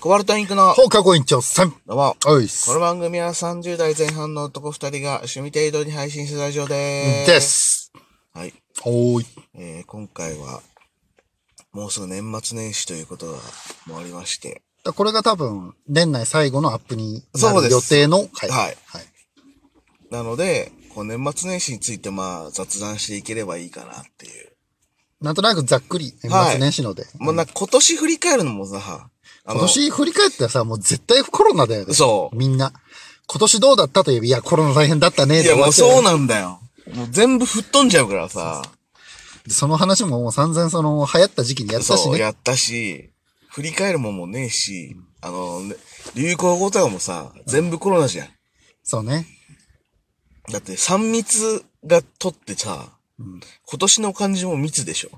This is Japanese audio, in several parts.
コバルトインクの、放課後委員長さん。どうも。おいっこすの。番組は30代前半の男2人が趣味程度に配信するラジオでーす。で。す。はい。おーい。えー、今回は、もうすぐ年末年始ということが、もありまして。だこれが多分、年内最後のアップになそうでるす予定の回。はいはい。なので、こう年末年始についてまあ雑談していければいいかなっていう。なんとなくざっくり、年末年始ので。もうなんか今年振り返るのもさ、あ今の、年振り返ったらさ、もう絶対コロナだよね。そうみんな。今年どうだったといえば、いや、コロナ大変だったね。いやもうそううなんだよ。もう全部吹っ飛んじゃうからさ。その話ももう散々その、流行った時期にやったしそう、ね。やったし、振り返るもんもねえし、あの、ね流行語とかもさ、全部コロナじゃん。そうね。だって3密が取ってさ、今年の漢字も密でしょ。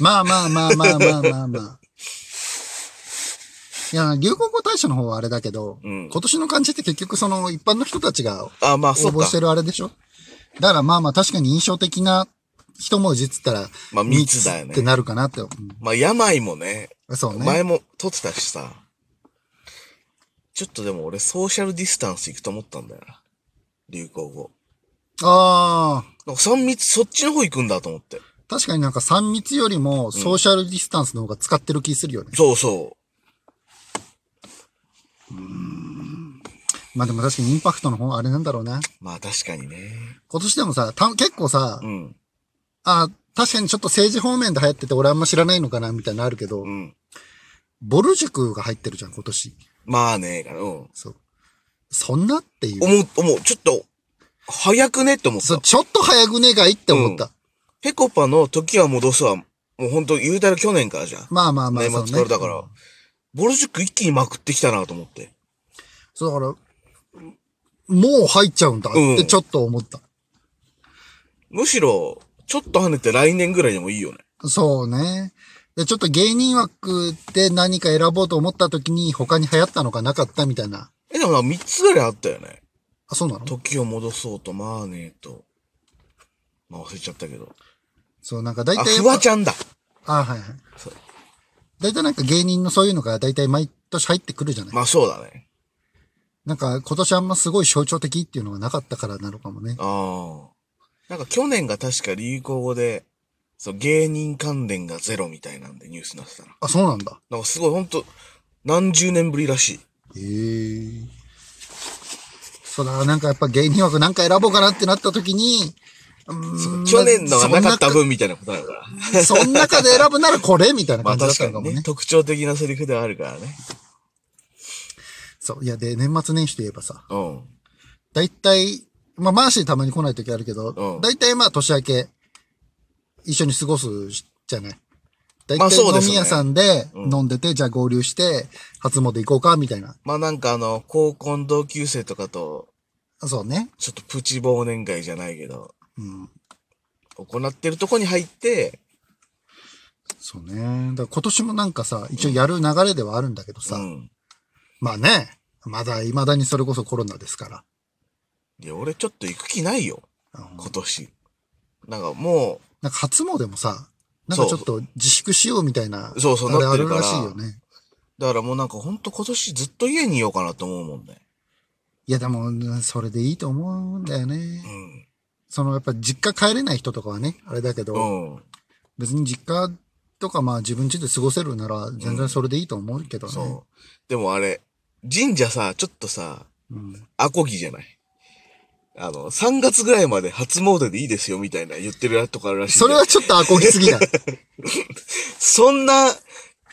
まあまあまあまあまあまあまあ。いや、流行語大賞の方はあれだけど、うん今年の感じって結局その一般の人たちが応あ、まあそう募かし。てるあれでしょだからまあまあ確かに印象的な一文字っつったら、まあ密だよね密ってなるかなって。うんまあ病もね、そうね。前も取ってたしさ。ちょっとでも俺ソーシャルディスタンス行くと思ったんだよな。流行語。ああ、なんか3密そっちの方行くんだと思って。確かになんか3密よりもソーシャルディスタンスの方が使ってる気するよね。そうそう。まあでも確かにインパクトの方あれなんだろうね。まあ確かにね。今年でもさ、た結構さ、うん。あ確かにちょっと政治方面で流行ってて俺あんま知らないのかなみたいなのあるけど、うん。ボル塾が入ってるじゃん、今年。まあね、うん。そう。そんなっていう。思う、思う、ちょっと、早くねって思っそうた。ちょっと早くねがいいって思った。ペコパの時は戻すは、もうほんと言うたら去年からじゃん。まあまあまあ、年そう末ねから。だから、ボルジュック一気にまくってきたなと思って。そうだから、もう入っちゃうんだってちょっと思った。むしろ、ちょっと跳ねて来年ぐらいでもいいよね。そうね。で、ちょっと芸人枠で何か選ぼうと思った時に他に流行ったのかなかったみたいな。え、でもな、3つぐらいあったよね。あ、そうなの時を戻そうと、まあねと。まあ忘れちゃったけど。そう、なんか大あ、体やっフぱ。ワちゃんだ。あ、はいはいそう。大体なんか芸人のそういうのが大体毎年入ってくるじゃない、まあそうだね。なんか今年あんますごい象徴的っていうのがなかったからなのかもね。ああ。なんか去年が確か流行語で、そう、芸人関連がゼロみたいなんでニュースになってたな。あ、そうなんだ。なんかすごいほんと、何十年ぶりらしい。ええそうだ、なんかやっぱ芸人枠なんか選ぼうかなってなった時に、うーん去年のがなかった分みたいなことだから。そん中そん中で選ぶならこれみたいなまあ感じ確だったかのかにもねね。特徴的なセリフではあるからね。そう。いや、で、年末年始といえばさ、うん。だいたい、まあ、マーシーたまに来ない時あるけうどん、だいたいまあ、年明け、一緒に過ごすじゃない。だまいたあいそうですよね飲み屋さんでうん飲んでて、じゃあ合流して、初詣行こうか、みたいな。まあなんかあの、高校の同級生とかと、そうね。ちょっとプチ忘年会じゃないけど、うん。行ってるとこに入って、そうね。だから今年もなんかさ、一応やる流れではあるんだけどさ、うん。まあね、まだ未だにそれこそコロナですから。いや、俺ちょっと行く気ないよ。うん今年。なんかもなんか初詣もさ、なんかちょっと自粛しようみたいな、そうそうあれなっあてるるかららしいよね。う、だからもうなんかほんと今年ずっと家にいようかなと思うもんね。いやでも、うんそれでいいと思うんだよねう。ん。そのやっぱ実家帰れない人とかはね、あれだけど、うん。別に実家とかまあ自分家で過ごせるなら全然それでいいと思うけどね。そう。でもあれ、神社さ、ちょっとさ、うんアコギじゃない。あの、3月ぐらいまで初詣でいいですよみたいな言ってるとこあるらしいんだそよ。れはちょっとアコギす ぎだ。だかそんな、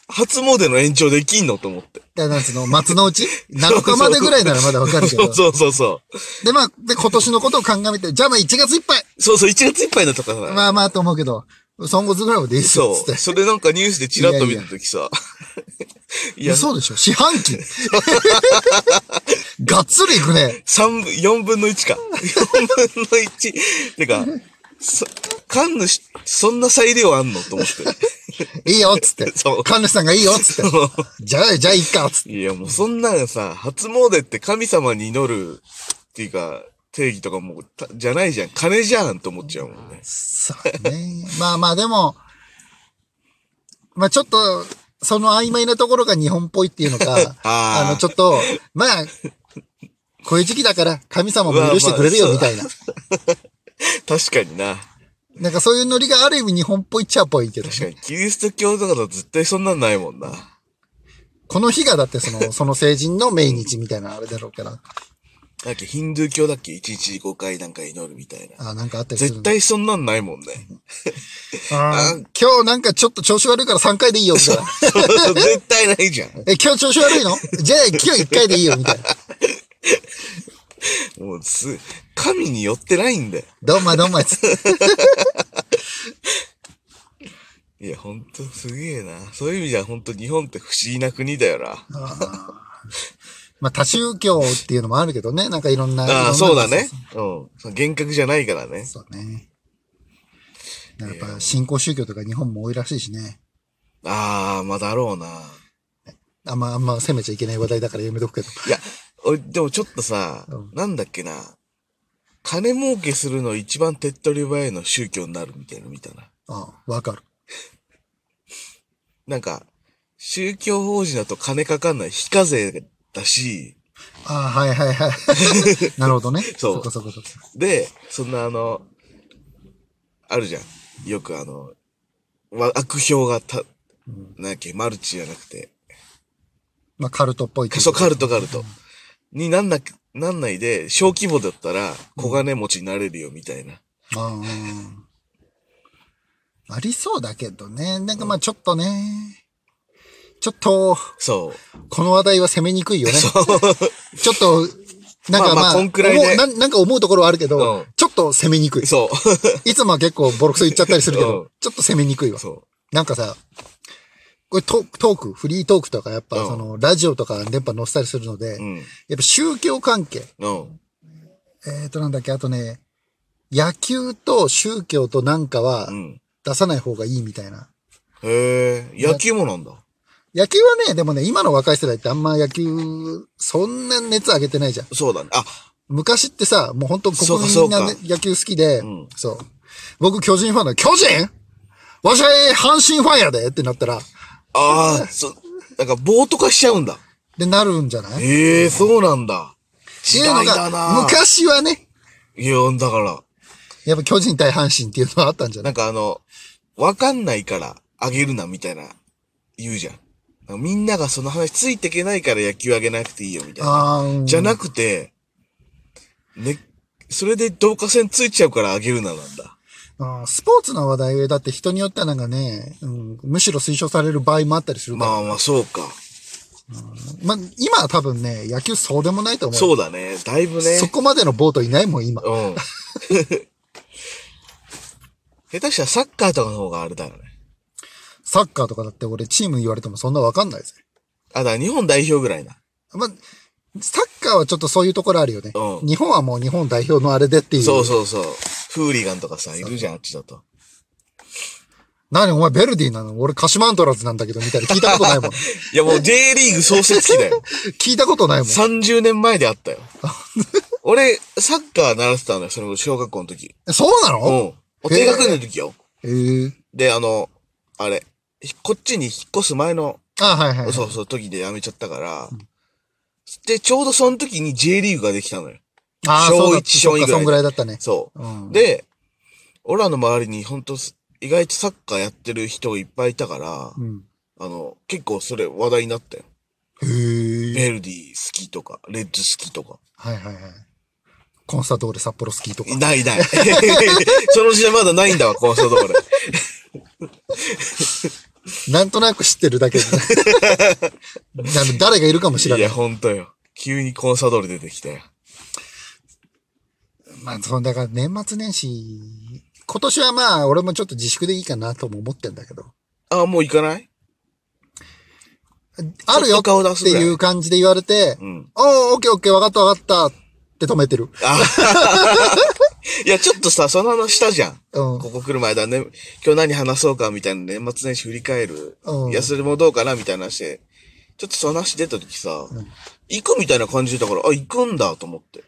初詣の延長できんのと思って。らなんつうの、松の内 ?7 日までぐらいならまだわかるけそどう。そうそうそ。で、まあ、で、今年のことを鑑みて、じゃあまあ1月いっぱいうそうそう、1月いっぱいのとかさ。まあまあと思うけど、孫月ぐらいまでいいっすよそっつう。って。それなんかニュースでチラッと見たときさ。 いや、嘘でしょ四半 期。がっつりいくね。三分、4分の1か。4分の1。てか、そ、神主、そんな裁量あんのと思って。いいよっつってそう。神主さんがいいよっつって。じゃあ、じゃあいいかっつって。いや、もうそんなんさ、初詣って神様に祈るっていうか、定義とかもうた、じゃないじゃん。金じゃんと思っちゃうもんね。そうね。まあまあでも、まあちょっと、その曖昧なところが日本っぽいっていうのか、 あーあの、ちょっと、まあ、こういう時期だから神様も許してくれるまよあまみあそたういな。確かにな。なんかそういうノリがある意味日本っぽいっちゃっぽいけど、確かに、キリスト教とかだと絶対そんなんないもんな。この日がだってその、その成人の命日みたいなあれだろうから。だっけ、ヒンドゥー教だっけ ?1 日5回なんか祈るみたいな。あーなんかあったりする絶んだ。対そんなんない もんね。あー今日なんかちょっと調子悪いから3回でいいよみたいな。絶対ないじゃん。 え、今日調子悪いのじゃあ今日1回でいいよみたいな。もうす、神によってないんだよ。どんまどんまつって。いや、ほんとすげえな。そういう意味じゃ、ほんと日本って不思議な国だよな。まあ多宗教っていうのもあるけどね。なんかいろんな。いろんあなあ、そうだね。うん。その厳格じゃないからね。そうね。やっぱ新興宗教とか日本も多いらしいしね。ああ、まあだろうな。あんま、あんま攻めちゃいけない話題だからやめとくけど。いや、 俺、でもちょっとさ、うんなんだっけな。金儲けするの一番手っ取り早いの宗教になるみたいなの見たな。ああ、わかる。なんか、宗教法人だと金かかんない非課税だし、ああ、はいは いはい。なるほどね。そうそこそこそこ。で、そんなあの、あるじゃん。よくあの、わ悪評がた、なんやっけ、マルチじゃなくて、まあカルトっぽいけ仮ど。想カルトカルト。になんなく、なんないで、小規模だったら小金持ちになれるよみたいな。ああありそうだけどね。なんかまあちょっとね。ちょっと、そう。この話題は攻めにくいよね。ちょっと、なんまかあまあまあ、こんくらいで思うなんなんか思うところはあるけど、うんちょっと攻めにくい。そう。いつもは結構ボロクソ言っちゃったりするけど、うんちょっと攻めにくいわ。そなんかさ、これトークトーク、フリートークとかやっぱうんその、ラジオとか電波載せたりするので、う。うん。やっぱ宗教関係。うん。えーとなんだっけ、あとね、野球と宗教となんかはうん。出さない方がいいみたいな。へえ、野球もなんだ。野球はね、でもね、今の若い世代ってあんま野球、そんな熱上げてないじゃん。そうだね。あ、昔ってさ、もう本当そう国かそう民みんかなね野球好きで、んそう。僕巨人ファンだ。巨人わしゃえ阪神ファンやでってなったら、あ あ、そ、なんか暴徒化しちゃうんだ。でなるんじゃないええ、そうなんだ。時っていうの代がだな。昔はね、いや、だから、やっぱ巨人対阪神っていうのはあったんじゃなないんかあの、わかんないからあげるなみたいな、言うじゃん。なんかみんながその話ついていけないから野球あげなくていいよみたいな。あー、うんじゃなくて、ね、それで導火線ついちゃうからあげるななんだ。あースポーツの話題だって人によってはなんかね、うん、むしろ推奨される場合もあったりするから。まあまあ、そうか。まあ、今は多分ね、野球そうでもないと思う。そうだね。だいぶねそ。こまでのボートいないもん、今。うん。 下手したらサッカーとかの方があれだよね。サッカーとかだって俺チーム言われてもそんなわかんないぜ。あ、だから日本代表ぐらいな。まあ、サッカーはちょっとそういうところあるよね。うん日本はもう日本代表のあれでっていう。そうそうそう。フーリガンとかさ、いるじゃん、あっちだと。何お前ベルディなの俺カシマントラーズなんだけどみたいな聞いたこと ないもん。いやもう J リーグ創設期だよ。聞いたことないもん。 30年前であったよ。 俺、サッカー習ってたのよ、それも小学校の時。 そうなうのん。お低学年の時よ。えー、で、あの、あれ、ひこっちに引っ越す前の、あ、はいはい。そうそう、時で辞めちゃったから、で、ちょうどその時に J リーグができたのよ。あー小そうだ一小二そっかそんぐぐららいだったね。そう。うんで、俺らの周りに本当意外とサッカーやってる人がいっぱいいたから、うん。あの、結構それ話題になったよ。へえ。ベルディ好きとか、レッズ好きとか。はいはいはい。コンサドーレ札幌スキーとか。ないない。 その時代まだないんだわ、この人ところ。なんとなく知ってる だけで。なんか誰がいるかもしれいなや、い。ほんとよ。急にコンサドール出てきたよ。まあ、そんだから年末年始、今年はまあ、俺もちょっと自粛でいいかなとも思ってんだけど。あ、もう行かないあるよっていう感じで言われて、うん。おー、オッケーオッケー、わかったわかったって止めてる。 いや、ちょっとさ、その話したじゃん。うん。ここ来る前だね、今日何話そうかみたいな年末年始振り返る。うん休みもどうかなみたいな話で。ちょっとその話出た時さ、行くみたいな感じだから、あ、行くんだと思って。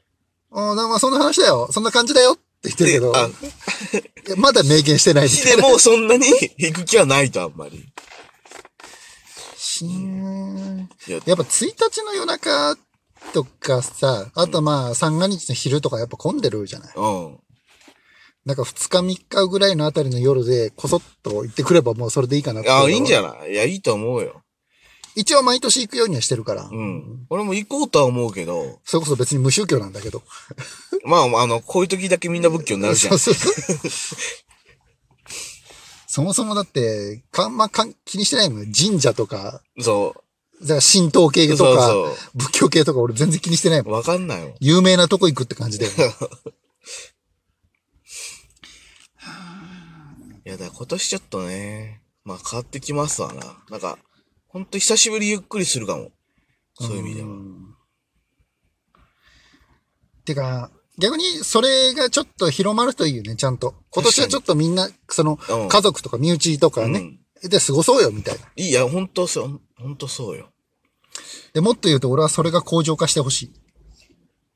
おー、なんかそんな話だよ。そんな感じだよって言ってるけど、あ、いやまだ明言してないみた いでもうそんなに行く気はないと、あんまり。新いや やっぱ1日の夜中とかさ、あとまあ三が日の昼とかやっぱ混んでるじゃない。うん。なんか2日3日ぐらいのあたりの夜でこそっと行ってくればもうそれでいいかなって。ああ、いいんじゃゃないいや、いいと思うよ。一応毎年行くようにはしてるから。うん。俺も行こうとは思うけど、それこそ別に無宗教なんだけど。まあ、あの、こういう時だけみんな仏教になるじゃん。 そうそうそう。そもそもだって、かんまかん気にしてないもん。神社とか、そだから神道系う。とそうか、そ仏教系とか俺全然気にしてないもんう。。わかんないよ。有名なとこ行くって感じで。いや、だから今年ちょっとね、まあ変わってきますわな。なんか、ほんと久しぶりゆっくりするかも。 そういう意味では。んてか、逆にそれがちょっと広まるといいよね、ちゃんと。今年はちょっとみんな、そのうん、家族とか身内とかね、で過ごそうよみたいな。うん。いや、ほんとそう、ほんとそうよ。で、もっと言うと俺はそれが向上化してほしい。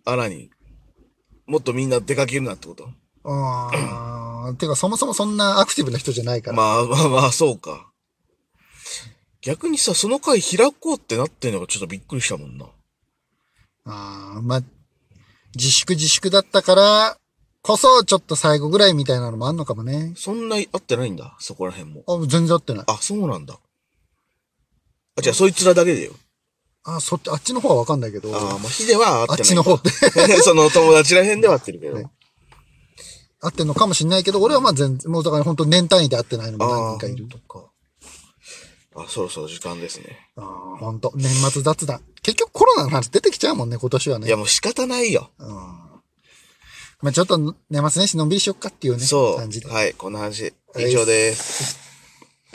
あらに、もっとみんな出かけるなってことあーてか、そもそもそんなアクティブな人じゃないから。まあまあまあ、そうか。逆にさ、その回開こうってなってんのがちょっとびっくりしたもんな。あーまあ、自粛自粛だったから、こそちょっと最後ぐらいみたいなのもあんのかもね。そんな合ってないんだ、そこら辺も。あ、全然合ってない。あ、そうなんだ。あ、じゃあそいつらだけでよ。あ、そっち、あっちの方はわかんないけど、ああ、あまあ、ヒデは合っってない。ちの方って その友達ら辺では合ってるけど。ね合ってんのかもしんないけど、俺はまあ全然、もうだから本当年単位で合ってないのもあ何人あ、かいる。とか。あ、そろそろ時間ですね。ああ、本当年末雑談。結局コロナの話出てきちゃうもんね、今年はいね。や、もう仕方ないよ。うん。まあちょっと年末年始のんびりしよっかっていうね、そ感じでう。。はい、こんな話。以上です。